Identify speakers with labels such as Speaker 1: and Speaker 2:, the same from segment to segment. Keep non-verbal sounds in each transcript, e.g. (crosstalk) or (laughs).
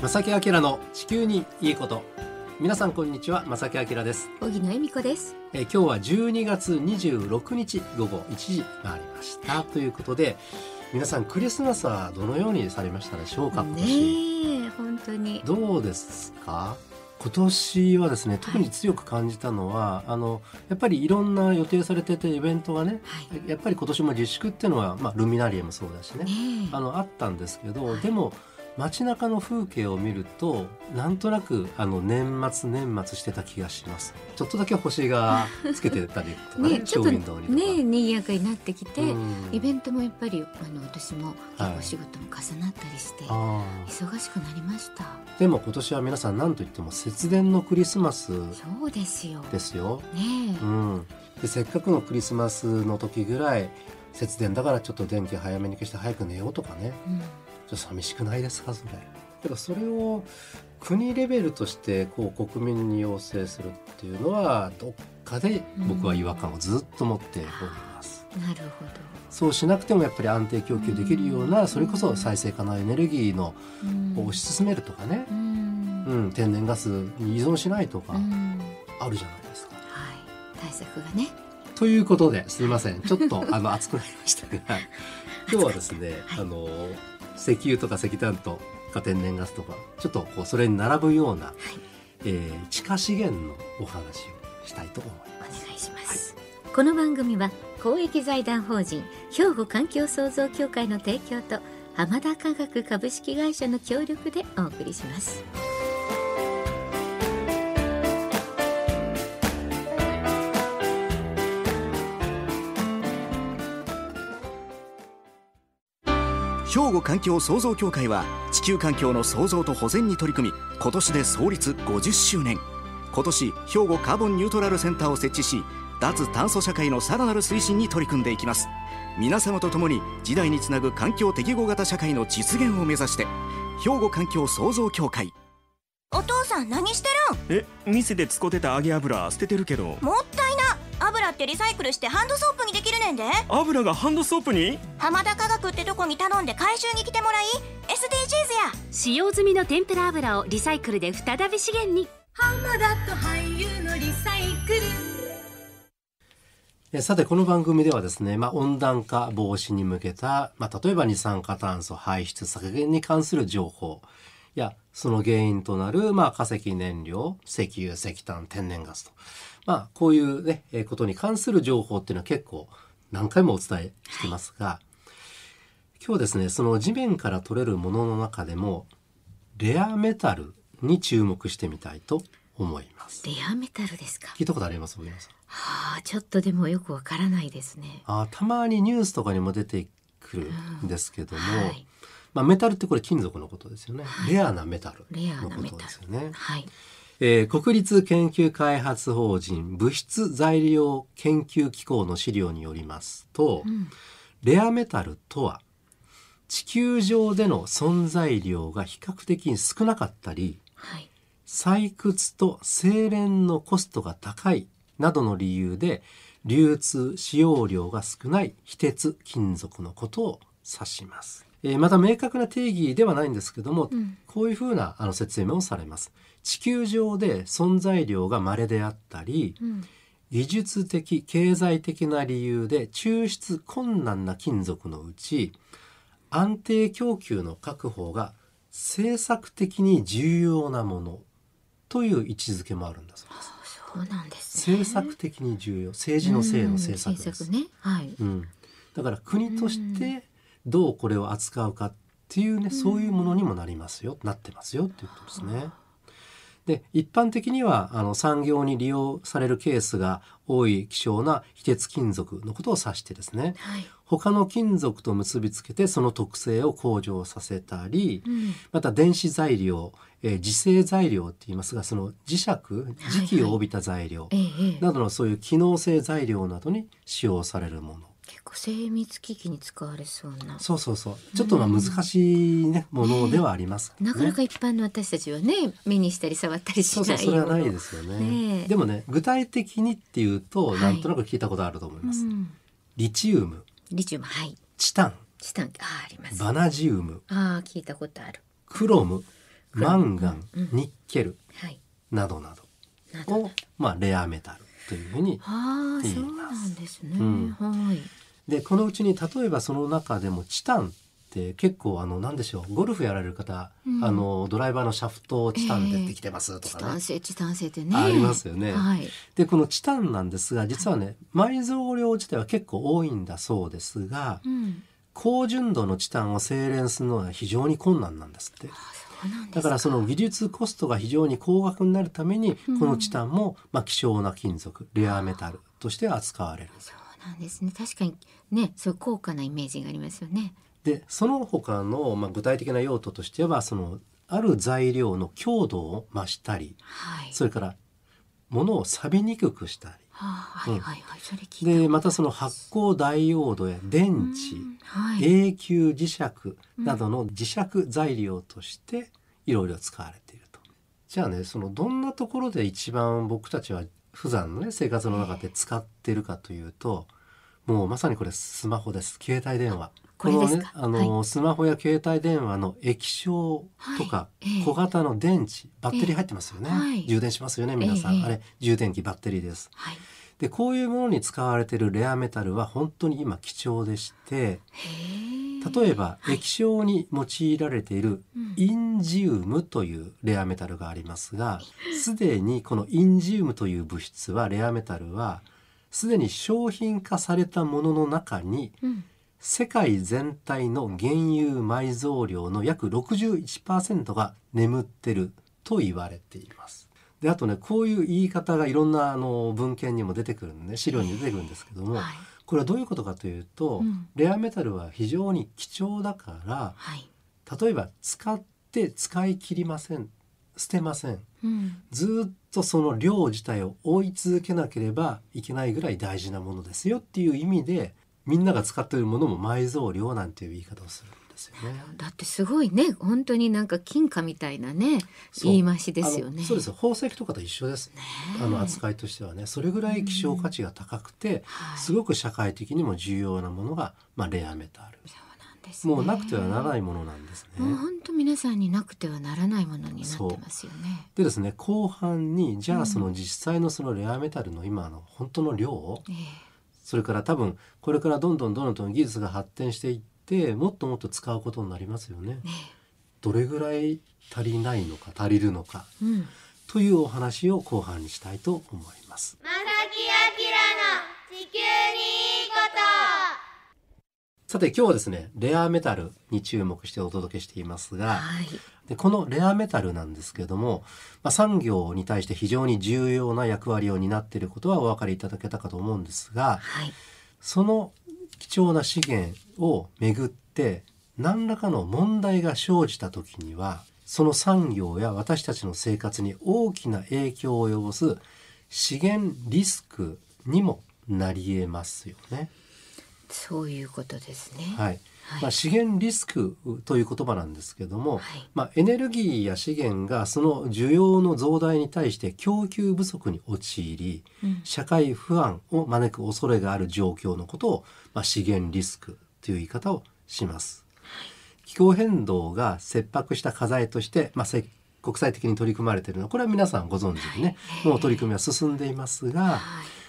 Speaker 1: 正木明の地球にいいこと皆さんこんにちは正木明です
Speaker 2: 荻野恵美子です。
Speaker 1: えー今日は12月26日午後1時回りましたということで皆さんクリスマスはどのようにされましたでしょうか今
Speaker 2: ね
Speaker 1: 年、
Speaker 2: え、本当に。
Speaker 1: どうですか今年はですね特に強く感じたのは、あのやっぱりいろんな予定されててイベントがね
Speaker 2: はい。
Speaker 1: やっぱり今年も自粛っていうのは、まあ、ルミナリエもそうだしね
Speaker 2: ねえ。
Speaker 1: あのあったんですけどでも街中の風景を見るとなんとなくあの年末年末してた気がしますちょっとだけ星
Speaker 2: (laughs)
Speaker 1: がつけてたりとかね
Speaker 2: ねえ、ちょ
Speaker 1: 商
Speaker 2: っと
Speaker 1: 品通りとか
Speaker 2: ねえ、賑やかになってきて、
Speaker 1: うん
Speaker 2: イベントもやっぱり、あの、私も結
Speaker 1: は
Speaker 2: 構
Speaker 1: い
Speaker 2: 仕事も重なったりして、
Speaker 1: あー
Speaker 2: 忙しくなりました。
Speaker 1: でも今年は皆さん何といっても節電のクリスマス
Speaker 2: そうですよ。ね
Speaker 1: ですよ、
Speaker 2: え。
Speaker 1: うん、でせっかくのクリスマスの時ぐらい節電だからちょっと電気早めに消して早く寝ようとかね
Speaker 2: うん
Speaker 1: ちょっと寂しくないですかそれ。だからそれを国レベルとしてこう国民に要請するっていうのはどっかで僕は違和感をずっと持っております。
Speaker 2: なるほど。
Speaker 1: そうしなくてもやっぱり安定供給できるよう
Speaker 2: う
Speaker 1: なんそれこそ再生可能エネルギーの
Speaker 2: うん
Speaker 1: を推し進めるとかね
Speaker 2: う、ん。
Speaker 1: うん、天然ガスに依存しないとか
Speaker 2: うん
Speaker 1: あるじゃないですか。
Speaker 2: はい。対策がね。
Speaker 1: ということですいませんちょっとあの熱 (laughs) くなりましたが今日はですね、
Speaker 2: はい
Speaker 1: あの石油とか石炭とか天然ガスとかちょっとこうそれに並ぶような、えー地下資源のお話をしたいと思い
Speaker 2: お
Speaker 1: ま
Speaker 2: 願
Speaker 1: す。
Speaker 2: いします、この番組は公益財団法人兵庫環境創造協会の提供と浜田科学株式会社の協力でお送りします
Speaker 3: 兵庫環境創造協会は地球環境の創造と保全に取り組み今年で創立50周年今年兵庫カーボンニュートラルセンターを設置し脱炭素社会のさらなる推進に取り組んでいきます皆様と共に時代につなぐ環境適合型社会の実現を目指して兵庫環境創造協会
Speaker 4: お父さん何して
Speaker 5: え店で使ってた揚げ油捨ててるけど
Speaker 4: るもったいな油ってリサイクルしてハンドソープにできるねんで
Speaker 5: 油がハンドソープに
Speaker 4: 浜田科学ってとこに頼んで回収に来てもらい SDGs や
Speaker 6: 使用済みの天ぷら油をリサイクルで再び資源に
Speaker 1: えさてこの番組ではですね、まあ、温暖化防止に向けた、まあ、例えば二酸化炭素排出削減に関する情報やその原因となる、まあ、化石燃料石油石炭天然ガスと、まあ、こういう、ね、えーことに関する情報っていうのは結構何回もお伝えしてますが、今日ですねその地面から取れるものの中でもレアメタルに注目してみたいと思います。
Speaker 2: レアメタルですか
Speaker 1: 聞いたことあります小木野さん
Speaker 2: はあちょっとでもよくわからないですね
Speaker 1: あーたまにニュースとかにも出てくるんですけども、
Speaker 2: はい
Speaker 1: まあ、メタルってこれ金属のことですよね、レアなメタル
Speaker 2: レア
Speaker 1: の
Speaker 2: な
Speaker 1: こ
Speaker 2: メ
Speaker 1: と
Speaker 2: タ
Speaker 1: ですよ
Speaker 2: ル
Speaker 1: ね、
Speaker 2: はい
Speaker 1: えー国立研究開発法人物質材料研究機構の資料によりますと、
Speaker 2: ん
Speaker 1: レアメタルとは地球上での存在量が比較的に少なかったり
Speaker 2: はい
Speaker 1: 採掘と精錬のコストが高いなどの理由で流通使用量が少ない非鉄金属のことを指します、えーまた明確な定義ではないんですけども、
Speaker 2: ん
Speaker 1: こういうふうなあの説明をされます地球上で存在量が稀であったり、
Speaker 2: ん
Speaker 1: 技術的経済的な理由で抽出困難な金属のうち安定供給の確保が政策的に重要なものという位置づけもあるんだそうです。
Speaker 2: そうなんですね
Speaker 1: 政策的に重要政治の性の政策です、
Speaker 2: うん政策ねはい
Speaker 1: うん、だから国としてどうこれを扱うかっていうね、そういうものにもなりますよなってますよっていうことですね。で一般的にはあの産業に利用されるケースが多い希少な非鉄金属のことを指してですね
Speaker 2: はい
Speaker 1: 他の金属と結びつけてその特性を向上させたり、
Speaker 2: うん
Speaker 1: また電子材料、えー磁性材料って言いますがその磁石磁気を帯びた材料
Speaker 2: ええええ
Speaker 1: などのそういう機能性材料などに使用されるもの
Speaker 2: 結構精密機器に使われそうな
Speaker 1: そうそうそう。ちょっとまあ難しいね、ものではあります、ね。
Speaker 2: なかなか一般の私たちはね目にしたり触ったりし
Speaker 1: そう
Speaker 2: ない、
Speaker 1: そう、それはないですすよね。
Speaker 2: ねえ
Speaker 1: でもね、具体的にっていうと、
Speaker 2: はい
Speaker 1: なんとなく聞いたことあると思います。
Speaker 2: うん
Speaker 1: リチウム、
Speaker 2: リチウムはい
Speaker 1: チタン、
Speaker 2: チタンあーあります
Speaker 1: バナジウム、
Speaker 2: ああ聞いたことある
Speaker 1: クロム、マンガン、ニッケル
Speaker 2: はい。
Speaker 1: などな
Speaker 2: な
Speaker 1: ど
Speaker 2: ど
Speaker 1: を、まあ、レアメタルというふうに
Speaker 2: ああ、
Speaker 1: 言い
Speaker 2: そう
Speaker 1: ま
Speaker 2: な
Speaker 1: す
Speaker 2: んですね。
Speaker 1: うん
Speaker 2: はい。
Speaker 1: でこのうちに例えばその中でもチタンって結構あの何でしょうゴルフやられる方、あのドライバーのシャフトをチタンでできてますと
Speaker 2: チ
Speaker 1: か
Speaker 2: タ
Speaker 1: ね
Speaker 2: ン、製、チタン製ってね。
Speaker 1: ありますよね。
Speaker 2: はい。
Speaker 1: でこのチタンなんですが実はね埋蔵量自体は結構多いんだそうですが、
Speaker 2: うん。
Speaker 1: 高純度のチタンを精錬するのは非常に困難なんですって。
Speaker 2: そうなんです
Speaker 1: だからその技術コストが非常に高額になるためにこのチタンもまあ希少な金属レアメタルとして扱われる
Speaker 2: そうなんですね。確かにね、そういう高価なイメージがありますよね。
Speaker 1: でその他のまあ具体的な用途としてはそのある材料の強度を増したり
Speaker 2: はい。
Speaker 1: それから物を錆びにくくした
Speaker 2: はあ、
Speaker 1: うん
Speaker 2: はいはいはい。それ聞い
Speaker 1: りでまたその発光ダイオードや電池
Speaker 2: た。はい。
Speaker 1: 永久磁石などの磁石材料としていろいろ使われていると。じゃあねそのどんなところで一番僕たちは普段のね生活の中で使ってるかというともうまさにこれスマホです携帯電話。
Speaker 2: これですか
Speaker 1: このねあの、スマホや携帯電話の液晶とか
Speaker 2: はいええ
Speaker 1: 小型の電池、バッテリー入ってますよね、
Speaker 2: はい
Speaker 1: 充電しますよね皆さん、
Speaker 2: ええ
Speaker 1: あれ充電器バッテリーです
Speaker 2: はい。
Speaker 1: でこういうものに使われているレアメタルは本当に今貴重でして例えば液晶に用いられているインジウムというレアメタルがありますがすでにこのインジウムという物質はレアメタルはすでに商品化されたものの中に
Speaker 2: うん。
Speaker 1: 世界全体の原油埋蔵量の約61%が眠ってると言われています。であとねこういう言い方がいろんなあの文献にも出てくるんでね資料に出てくるんですけども、
Speaker 2: はい。
Speaker 1: これはどういうことかというと、
Speaker 2: うん
Speaker 1: レアメタルは非常に貴重だか
Speaker 2: はい。
Speaker 1: ら例えば使って使い切りません捨てません
Speaker 2: うん。
Speaker 1: ずーっとその量自体を追い続けなければいけないぐらい大事なものですよっていう意味でみんなが使っているものも埋蔵量なんていう言い方をするんですよね。
Speaker 2: だってすごいね、本当になんか金貨みたいなね、言い回しですよ
Speaker 1: あ
Speaker 2: ね。
Speaker 1: のそうですよ宝石とかと一緒です、あの扱いとしてはねそれぐらい希少価値が高くて、
Speaker 2: はい
Speaker 1: すごく社会的にも重要なものが、まあ、レアメタル
Speaker 2: そうなんですね
Speaker 1: もうなくてはならないものなんですね。
Speaker 2: もう本当皆さんになくてはならないものになってますよね。
Speaker 1: でですね後半にじゃあその実際のそのレアメタルの今の本当の量を
Speaker 2: ええ
Speaker 1: それから多分これからどんどんどんどん技術が発展していってもっともっと使うことになりますよね。どれぐらい足りないのか足りるのか
Speaker 2: うん。
Speaker 1: というお話を後半にしたいと思います。
Speaker 7: まさきあきらの地球にいいこと
Speaker 1: さて今日はですねレアメタルに注目してお届けしていますが、
Speaker 2: はい。
Speaker 1: でこのレアメタルなんですけども、まあ、産業に対して非常に重要な役割を担っていることはお分かりいただけたかと思うんですが
Speaker 2: はい。
Speaker 1: その貴重な資源をめぐって何らかの問題が生じた時にはその産業や私たちの生活に大きな影響を及ぼす資源リスクにもなり得ますよね。
Speaker 2: そういうことですね。
Speaker 1: はい
Speaker 2: はい
Speaker 1: まあ、資源リスクという言葉なんですけども、
Speaker 2: はい
Speaker 1: まあ、エネルギーや資源がその需要の増大に対して供給不足に陥り、社会不安を招く恐れがある状況のことを、まあ、資源リスクという言い方をします。気候変動が切迫した課題として、まあ、せ国際的に取り組まれているのはこれは皆さんご存知でね、もう取り組みは進んでいますが、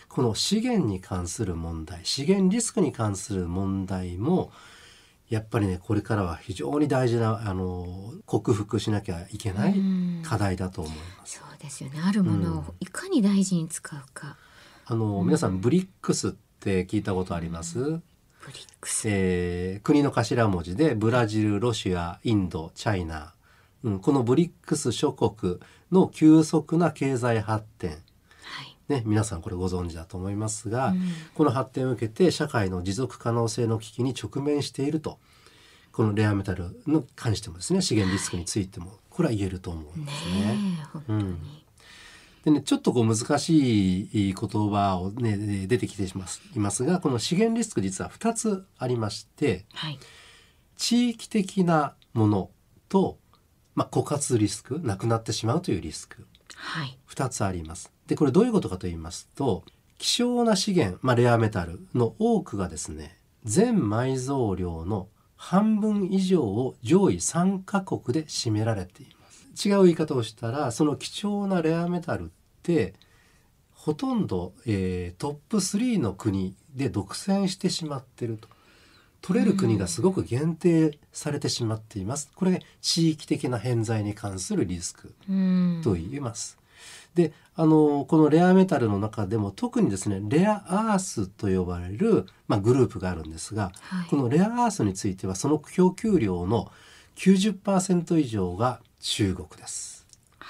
Speaker 1: この資源に関する問題資源リスクに関する問題もやっぱりねこれからは非常に大事なあの克服しなきゃいけない課題だと思います。
Speaker 2: そうですよね。あるものをいかに大事に使うか。
Speaker 1: あの皆さんブリックスって聞いたことあります
Speaker 2: ブリックス。
Speaker 1: えー国の頭文字でブラジルロシアインドチャイナ、うん、このブリックス諸国の急速な経済発展、
Speaker 2: はい。
Speaker 1: ね、皆さんこれご存知だと思いますが、この発展を受けて社会の持続可能性の危機に直面しているとこのレアメタルに関してもですね資源リスクについてもこれは言えると思うんですね。
Speaker 2: ねえ、本当に。
Speaker 1: でね、ちょっとこう難しい言葉をね出てきてしますいますがこの資源リスク実は2つありまして
Speaker 2: はい。
Speaker 1: 地域的なものと、まあ、枯渇リスクなくなってしまうというリスク。
Speaker 2: はい。
Speaker 1: 2つあります。でこれどういうことかと言いますと希少な資源、まあ、レアメタルの多くがですね全埋蔵量の半分以上を上位3カ国で占められています。違う言い方をしたらその貴重なレアメタルってほとんど、えートップ3の国で独占してしまってると取れる国がすごく限定されてしまっています、これ地域的な偏在に関するリスク
Speaker 2: うん
Speaker 1: と言います。であのこのレアメタルの中でも特にですねレアアースと呼ばれる、まあ、グループがあるんですが、
Speaker 2: はい
Speaker 1: このレアアースについてはその供給量の90%以上が中国です
Speaker 2: あ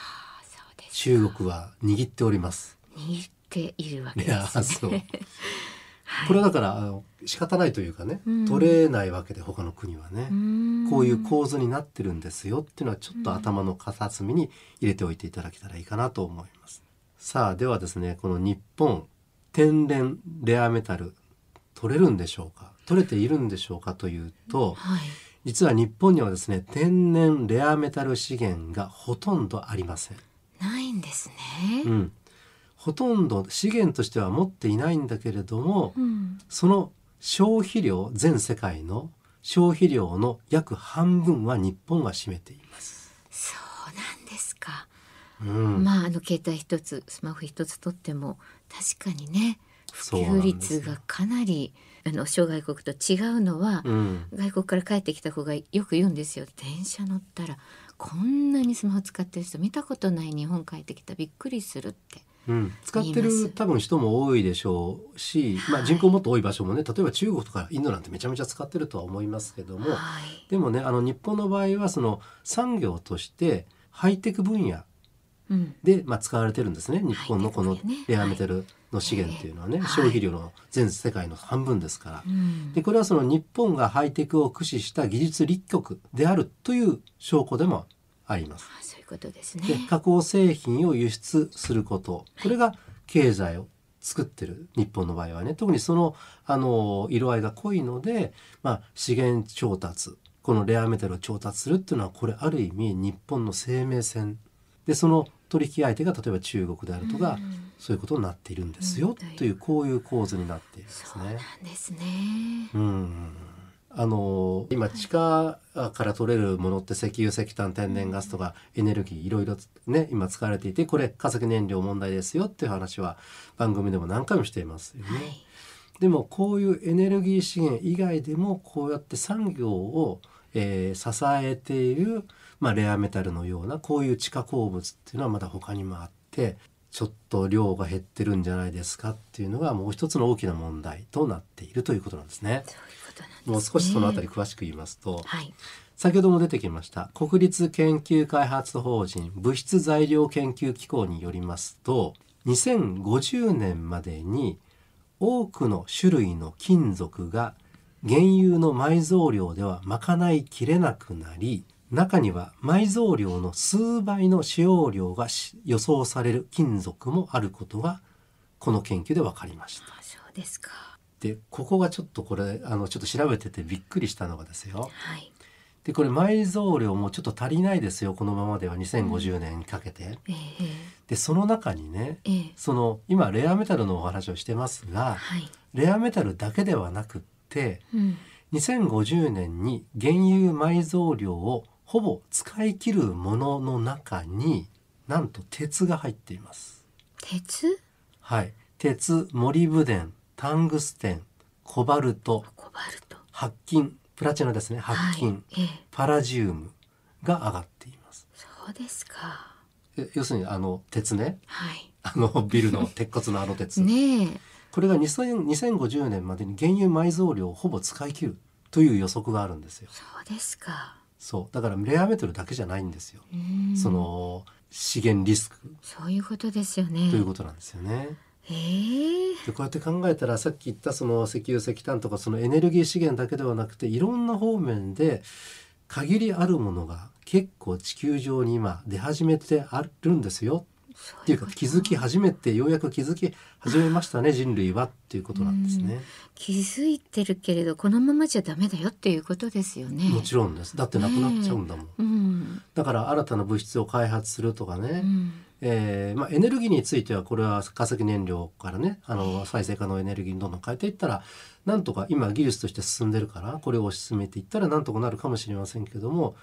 Speaker 2: そうです
Speaker 1: 中国は握っております
Speaker 2: 握っているわけ
Speaker 1: レアアー
Speaker 2: で
Speaker 1: ス
Speaker 2: す
Speaker 1: を、
Speaker 2: ね。
Speaker 1: これはだからあの仕方ないというかね、
Speaker 2: うん
Speaker 1: 取れないわけで他の国はね、こういう
Speaker 2: う
Speaker 1: 構図になってるんですよっていうのはちょっと頭の片隅に入れておいていただけたらいいかなと思います。さあではですねこの日本天然レアメタル取れるんでしょうか取れているんでしょうかというと
Speaker 2: ん。はい。
Speaker 1: 実は日本にはですね天然レアメタル資源がほとんどありません。
Speaker 2: ないんですね。
Speaker 1: うん、ほとんど資源としては持っていないんだけれども、
Speaker 2: うん。
Speaker 1: その消費量全世界の消費量の約半分は日本は占めています。
Speaker 2: そうなんですか。
Speaker 1: うん、
Speaker 2: まああの携帯一つスマホ一つ取っても確かにね普
Speaker 1: そうなん
Speaker 2: 及
Speaker 1: ですよ
Speaker 2: 率がかなりあの諸外国と違うのは、
Speaker 1: うん、
Speaker 2: 外国から帰ってきた子がよく言うんですよ電車乗ったらこんなにスマホ使ってる人見たことない日本帰ってきたびっくりするって
Speaker 1: うん、使って
Speaker 2: 言います
Speaker 1: る多分人も多いでしょうし、まあ、人口もっと多い場所もね例えば中国とかインドなんてめちゃめちゃ使ってるとは思いますけども
Speaker 2: はい、
Speaker 1: でもねあの日本の場合はその産業としてハイテク分野
Speaker 2: うん、
Speaker 1: で、まあ、使われてるんですね日本のこ
Speaker 2: ハイ
Speaker 1: の
Speaker 2: テク分野ね
Speaker 1: レアメタルの資源っていうのはね、
Speaker 2: はい
Speaker 1: 消費量の全世界の半分ですから
Speaker 2: う。ん
Speaker 1: でこれはその日本がハイテクを駆使した技術立局であるという証拠でもあります。
Speaker 2: あそういうことです
Speaker 1: で
Speaker 2: ね。
Speaker 1: 加工製品を輸出することこれが経済を作ってる日本の場合はね特にそのあの色合いが濃いので、まあ、資源調達このレアメタルを調達するっていうのはこれある意味日本の生命線でその取引相手が例えば中国であるとか、そういうことになっているんですよ、
Speaker 2: うん
Speaker 1: というこういう構図になっているんですね。
Speaker 2: なんですね。
Speaker 1: うんあの今地下から取れるものって石油石炭天然ガスとかエネルギーいろいろね今使われていてこれ化石燃料問題ですよっていう話は番組でも何回もしていますよね。
Speaker 2: はい。
Speaker 1: でもこういうエネルギー資源以外でもこうやって産業を、えー支えている、まあ、レアメタルのようなこういう地下鉱物っていうのはまだ他にもあってちょっと量が減ってるんじゃないですかっていうのがもう一つの大きな問題となっているということなんですね。
Speaker 2: そういうことなんです、ね。
Speaker 1: もう少しそのあたり。詳しく言いますと、
Speaker 2: はい。
Speaker 1: 先ほども出てきました国立研究開発法人物質材料研究機構によりますと2050年までに多くの種類の金属が原油の埋蔵量では賄いきれなくなり中には埋蔵量の数倍の使用量がし予想される金属もあることがこの研究で分かりました。
Speaker 2: あそうですか。
Speaker 1: でここがちょっとこれあのちょっと調べててびっくりしたのがですよ。
Speaker 2: はい。
Speaker 1: でこれ埋蔵量もちょっと足りないですよこのままでは2050年にかけて。
Speaker 2: ええ
Speaker 1: でその中にね
Speaker 2: ええ
Speaker 1: その今レアメタルのお話をしてますが
Speaker 2: はい。
Speaker 1: レアメタルだけではなくって
Speaker 2: うん。
Speaker 1: 2050年に原油埋蔵量をほぼ使い切るものの中になんと鉄が入っています。
Speaker 2: 鉄。
Speaker 1: はい、鉄モリブデンタングステンコバルト
Speaker 2: コバルト。
Speaker 1: 白金プラチナですね白金、
Speaker 2: はい。ええ
Speaker 1: パラジウムが上がっています。
Speaker 2: そうですか。
Speaker 1: え要するにあの鉄ね (laughs)
Speaker 2: はい。
Speaker 1: あのビルの鉄骨のあの鉄、
Speaker 2: ねえ。
Speaker 1: これが2000 2050年までに原油埋蔵量をほぼ使い切るという予測があるんですよ
Speaker 2: そうですか。
Speaker 1: そうだからレアメタルだけじゃないんですよ、
Speaker 2: うん。
Speaker 1: そ。の資源リスク
Speaker 2: そういうことですよね。
Speaker 1: ということなんですよね、
Speaker 2: ええ
Speaker 1: でこうやって考えたらさっき言ったその石油石炭とかそのエネルギー資源だけではなくていろんな方面で限りあるものが結構地球上に今出始めてあるんですよ
Speaker 2: そ
Speaker 1: っ
Speaker 2: う
Speaker 1: て
Speaker 2: い
Speaker 1: いうう
Speaker 2: こ
Speaker 1: か
Speaker 2: と
Speaker 1: 気づき始めてようやく気づき始めましたね人類はっていうことなんですね。
Speaker 2: 気づいてるけれどこのままじゃダメだよっていうことですよね。
Speaker 1: もちろんですだってなくなっちゃうんだもん。
Speaker 2: うん。
Speaker 1: だから新たな物質を開発するとか
Speaker 2: う
Speaker 1: ね、
Speaker 2: ん。
Speaker 1: えーまあ、エネルギーについてはこれは化石燃料からねあの再生可能エネルギーにどんどん変えていったらなんとか今技術として進んでるからこれを進めていったらなんとかなるかもしれませんけども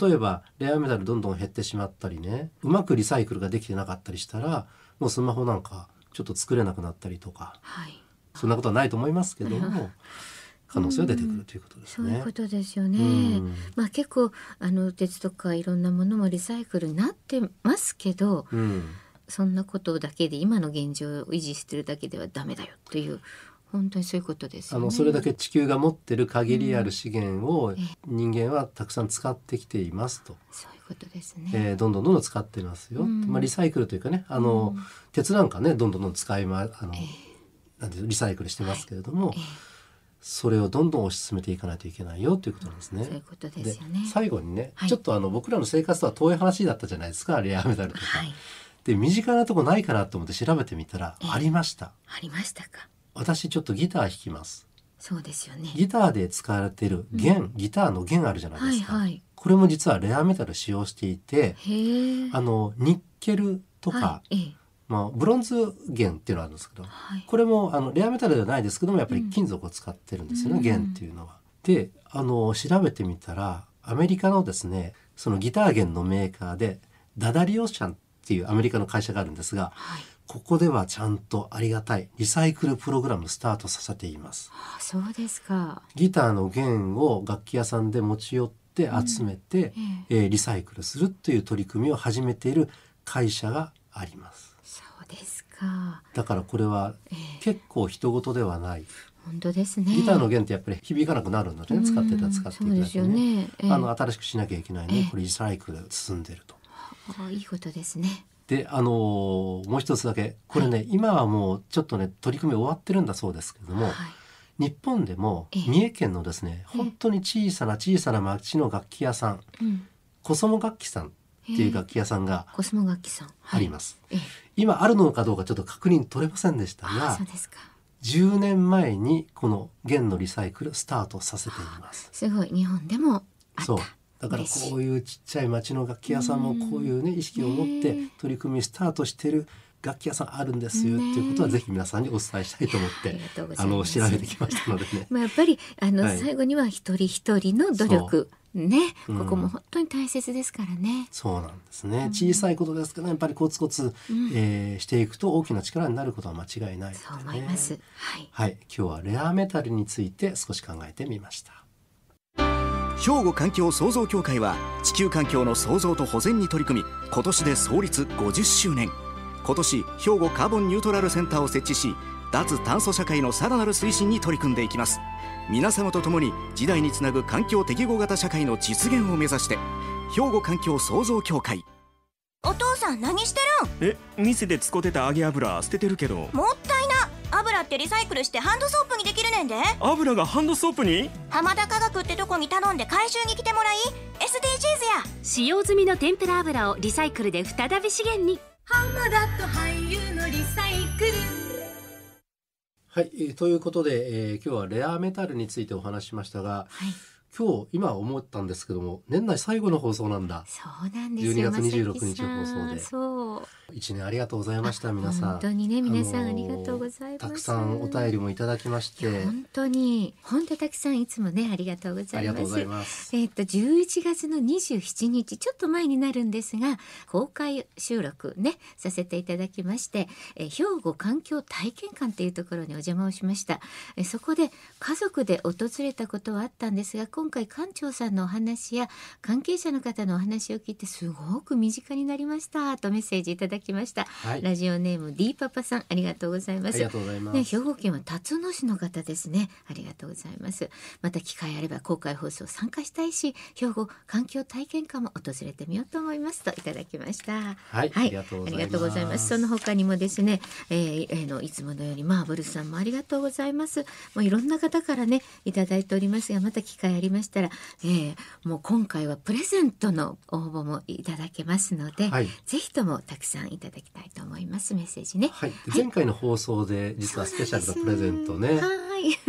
Speaker 1: 例えばレアメタルどんどん減ってしまったりねうまくリサイクルができてなかったりしたらもうスマホなんかちょっと作れなくなったりとか
Speaker 2: はい。
Speaker 1: そんなことはないと思いますけども可能性は出てくるということです
Speaker 2: そういう
Speaker 1: ね
Speaker 2: こ。とですよね。
Speaker 1: うん
Speaker 2: まあ結構あの鉄とかいろんなものもリサイクルになってますけど、
Speaker 1: うん、
Speaker 2: そんなことだけで今の現状を維持してるだけではダメだよっていう本当にそういうことです
Speaker 1: あ
Speaker 2: よね。
Speaker 1: のそれだけ地球が持ってる限りある資源を人間はたくさん使ってきていますと、
Speaker 2: そういうことですね。
Speaker 1: えーどんどんどんどん使ってますよ、
Speaker 2: うん
Speaker 1: まあ、リサイクルというかねあの、鉄なんかねどんどんどんどん使いまあの、なんていうのリサイクルしてますけれども、それをどんどん推し進めていかないといけないよということなんですね。
Speaker 2: そういうことですよね。
Speaker 1: 最後にね、
Speaker 2: はい
Speaker 1: ちょっとあの僕らの生活とは遠い話だったじゃないですかレアメタルとか。
Speaker 2: はい。
Speaker 1: で身近なとこないかなと思って調べてみたら
Speaker 2: ええ
Speaker 1: ありました。
Speaker 2: ありましたか。
Speaker 1: 私ちょっとギター弾きます。
Speaker 2: そうですよね。
Speaker 1: ギターで使われてる弦、ギターの弦あるじゃないですか、
Speaker 2: はいはい
Speaker 1: これも実はレアメタル使用していて
Speaker 2: へえ。
Speaker 1: あのニッケルとか、
Speaker 2: はい。ええ
Speaker 1: まあ、ブロンズ弦っていうのはあるんですけど
Speaker 2: はい。
Speaker 1: これもあのレアメタルではないですけどもやっぱり金属を使ってるんですよね、
Speaker 2: うん
Speaker 1: 弦っていうのは。であの調べてみたらアメリカのですねそのギター弦のメーカーでダダリオシャンっていうアメリカの会社があるんですが、
Speaker 2: はい。
Speaker 1: ここではちゃんとありがたいリサイクルプログラムスタートさせています。
Speaker 2: あ、そうですか。
Speaker 1: ギターの弦を楽器屋さんで持ち寄って集めて、えーリサイクルするという取り組みを始めている会社があります。
Speaker 2: そうですか。
Speaker 1: だからこれは
Speaker 2: ええ
Speaker 1: 結構人事ではない。
Speaker 2: 本当ですね。
Speaker 1: ギターの弦ってやっぱり響かなくなるのでね、使ってたら使ってい
Speaker 2: う
Speaker 1: た
Speaker 2: んそうで
Speaker 1: だ
Speaker 2: す
Speaker 1: け
Speaker 2: よ
Speaker 1: ね。
Speaker 2: ね。ええ
Speaker 1: あの新しくしなきゃいけない
Speaker 2: え
Speaker 1: ね
Speaker 2: え。
Speaker 1: これリサイクル進んでると。
Speaker 2: あいいことですね。
Speaker 1: で、あのーもう一つだけ、これね、今はもうちょっとね、取り組み終わってるんだそうですけれども、
Speaker 2: はい。
Speaker 1: 日本でも
Speaker 2: ええ
Speaker 1: 三重県のですね、
Speaker 2: え
Speaker 1: 本当に小さな小さな町の楽器屋さん、
Speaker 2: うん。
Speaker 1: コソモ楽器さんっていう楽器屋さんが
Speaker 2: コスモ楽器さん。
Speaker 1: あり
Speaker 2: ま
Speaker 1: ます、
Speaker 2: す。ええ
Speaker 1: 今あるのかどうかちょっと確認取れませんでした
Speaker 2: あ
Speaker 1: が
Speaker 2: そうですか。
Speaker 1: 10年前にこの弦のリサイクルスタートさせています
Speaker 2: すごい日本でもあった。
Speaker 1: そうだからこういうちっちゃい町の楽器屋さんもこういうね意識を持って
Speaker 2: ね
Speaker 1: 取り組みスタートしてる楽器屋さんあるんですよっていうことは
Speaker 2: ね
Speaker 1: ぜひ皆さんにお伝えしたいと思っ
Speaker 2: あ
Speaker 1: て
Speaker 2: りがとうござ
Speaker 1: あ
Speaker 2: い
Speaker 1: の
Speaker 2: ます
Speaker 1: 調べてきましたのでね
Speaker 2: (laughs) まあやっぱりあの、
Speaker 1: はい
Speaker 2: 最後には一人一人の努力ね、
Speaker 1: うん
Speaker 2: ここも本当に大切ですからね。
Speaker 1: そうなんですね小さいことですけどやっぱりコツコツ、
Speaker 2: うん
Speaker 1: えーしていくと大きな力になることは間違いないのでね
Speaker 2: そう思います。はい。
Speaker 1: はい、今日はレアメタルについて少し考えてみました。
Speaker 3: 兵庫環境創造協会は地球環境の創造と保全に取り組み今年で創立50周年今年兵庫カーボンニュートラルセンターを設置し脱炭素社会のさらなる推進に取り組んでいきます皆様と共に時代につなぐ環境適合型社会の実現を目指して兵庫環境創造協会
Speaker 4: お父さん何してるん
Speaker 5: え店で使ってた揚げ油捨ててるけど
Speaker 4: もったいな油ってリサイクルしてハンドソープにできるねんで
Speaker 5: 油がハンドソープに
Speaker 4: 浜田科学ってとこに頼んで回収に来てもらい SDGs や
Speaker 6: 使用済みの天ぷら油をリサイクルで再び資源に
Speaker 1: はい、えーということで、えー今日はレアメタルについてお話ししましたが、
Speaker 2: はい。
Speaker 1: 今日今思ったんですけども、年内最後の放送なんだ。
Speaker 2: そうなんです
Speaker 1: 12
Speaker 2: よ。
Speaker 1: 月26日
Speaker 2: まさきさん
Speaker 1: 放送で
Speaker 2: そう。
Speaker 1: 一年ありがとうございました皆さん。
Speaker 2: 本当にね皆さん
Speaker 1: のー
Speaker 2: ありがとうございます。
Speaker 1: たくさんお便りもいただきまし
Speaker 2: いや
Speaker 1: て、
Speaker 2: 本当に本当たくさんいつもねありがとうご
Speaker 1: あ
Speaker 2: ざい
Speaker 1: りが
Speaker 2: ま
Speaker 1: とうござ
Speaker 2: す
Speaker 1: い。ます。
Speaker 2: えっと11月の27日ちょっと前になるんですが公開収録ねさせていただきまして、えー兵庫環境体験館というところにお邪魔をしました、えーそこで家族で訪れたことはあったんですが今回館長さんのお話や関係者の方のお話を聞いてすごく身近になりましたとメッセージいただきました、
Speaker 1: はい
Speaker 2: ラジオネーム D パパさんありがとうございま
Speaker 1: あ
Speaker 2: す
Speaker 1: りがとうございます。
Speaker 2: ね、兵庫県は辰野市の方ですね。ありがとうございます。また機会あれば公開放送参加したいし、兵庫環境体験館も訪れてみようと思いますといただきました。
Speaker 1: はい
Speaker 2: はい、
Speaker 1: ありがとうございます
Speaker 2: ありその他にもですね、えーえーのいつものよりマーブルさんもありがとうございます。もういろんな方からねいただいておりますが、また機会ありましたら、えーもう今回はプレゼントの応募もいただけますので、
Speaker 1: はい
Speaker 2: ぜひともたくさんいただきたいと思います。メッセージね。
Speaker 1: はい、で前回の放送で実はスペシャルなプレゼントね
Speaker 2: はい。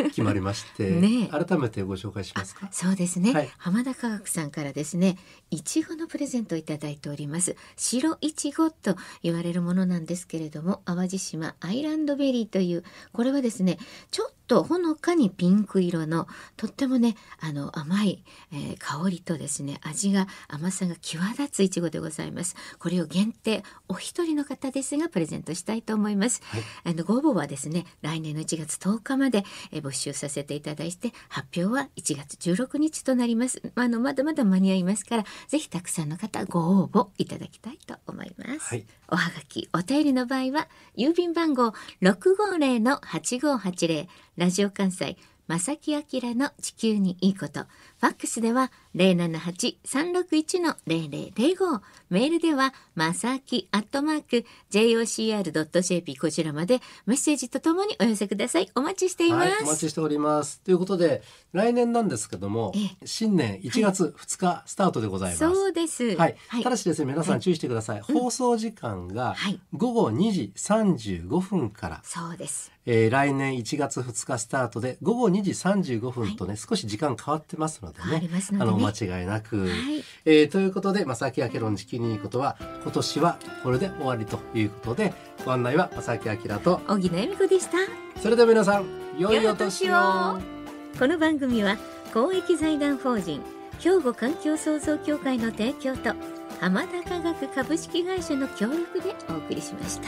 Speaker 1: 決まりまして、
Speaker 2: ね
Speaker 1: 改めてご紹介しますか。
Speaker 2: (laughs) そうですね、
Speaker 1: はい
Speaker 2: 浜田科学さんからですねいちごのプレゼントをいただいております白いちごと言われるものなんですけれども淡路島アイランドベリーというこれはですねちょっとほのかにピンク色のとってもねあの甘い、えー香りとですね味が甘さが際立ついちごでございますこれを限定お一人の方ですがプレゼントしたいと思います、あのご応募はですね来年の1月10日まで、えー募集させていただいて発表は1月16日となりますあのまだまだ間に合いますからぜひたくさんの方ご応募いただきたいと思います、
Speaker 1: はい
Speaker 2: おはがき、お便りの場合は、郵便番号650-8580、ラジオ関西、正木明の地球にいいこと。ファックスでは、078-361-0005。メールでは、まさきアットマーク、jocr.jp こちらまで、メッセージとともにお寄せください。お待ちしていま
Speaker 1: はい、
Speaker 2: す。
Speaker 1: お待ちしております。ということで、来年なんですけども
Speaker 2: え、
Speaker 1: 新年1月2日スタートでございます。
Speaker 2: そうです。
Speaker 1: はい、ただしですね、皆さん注意してください。放送時間が
Speaker 2: はい
Speaker 1: 午後2時35分から、
Speaker 2: そうです。
Speaker 1: えー来年1月2日スタートで午後2時35分とね、少し時間変わってますので
Speaker 2: 変わり
Speaker 1: ね
Speaker 2: ますので
Speaker 1: あ
Speaker 2: ね
Speaker 1: のお間違いなく、
Speaker 2: はい
Speaker 1: えーということで「まさきあけろん地球にいいことは」今年はこれで終わりということでご案内はまさきあきらと
Speaker 2: 小木奈由美子でした。
Speaker 1: それでは皆さん良いお年を
Speaker 2: この番組は公益財団法人兵庫環境創造協会の提供と浜田科学株式会社の協力でお送りしました。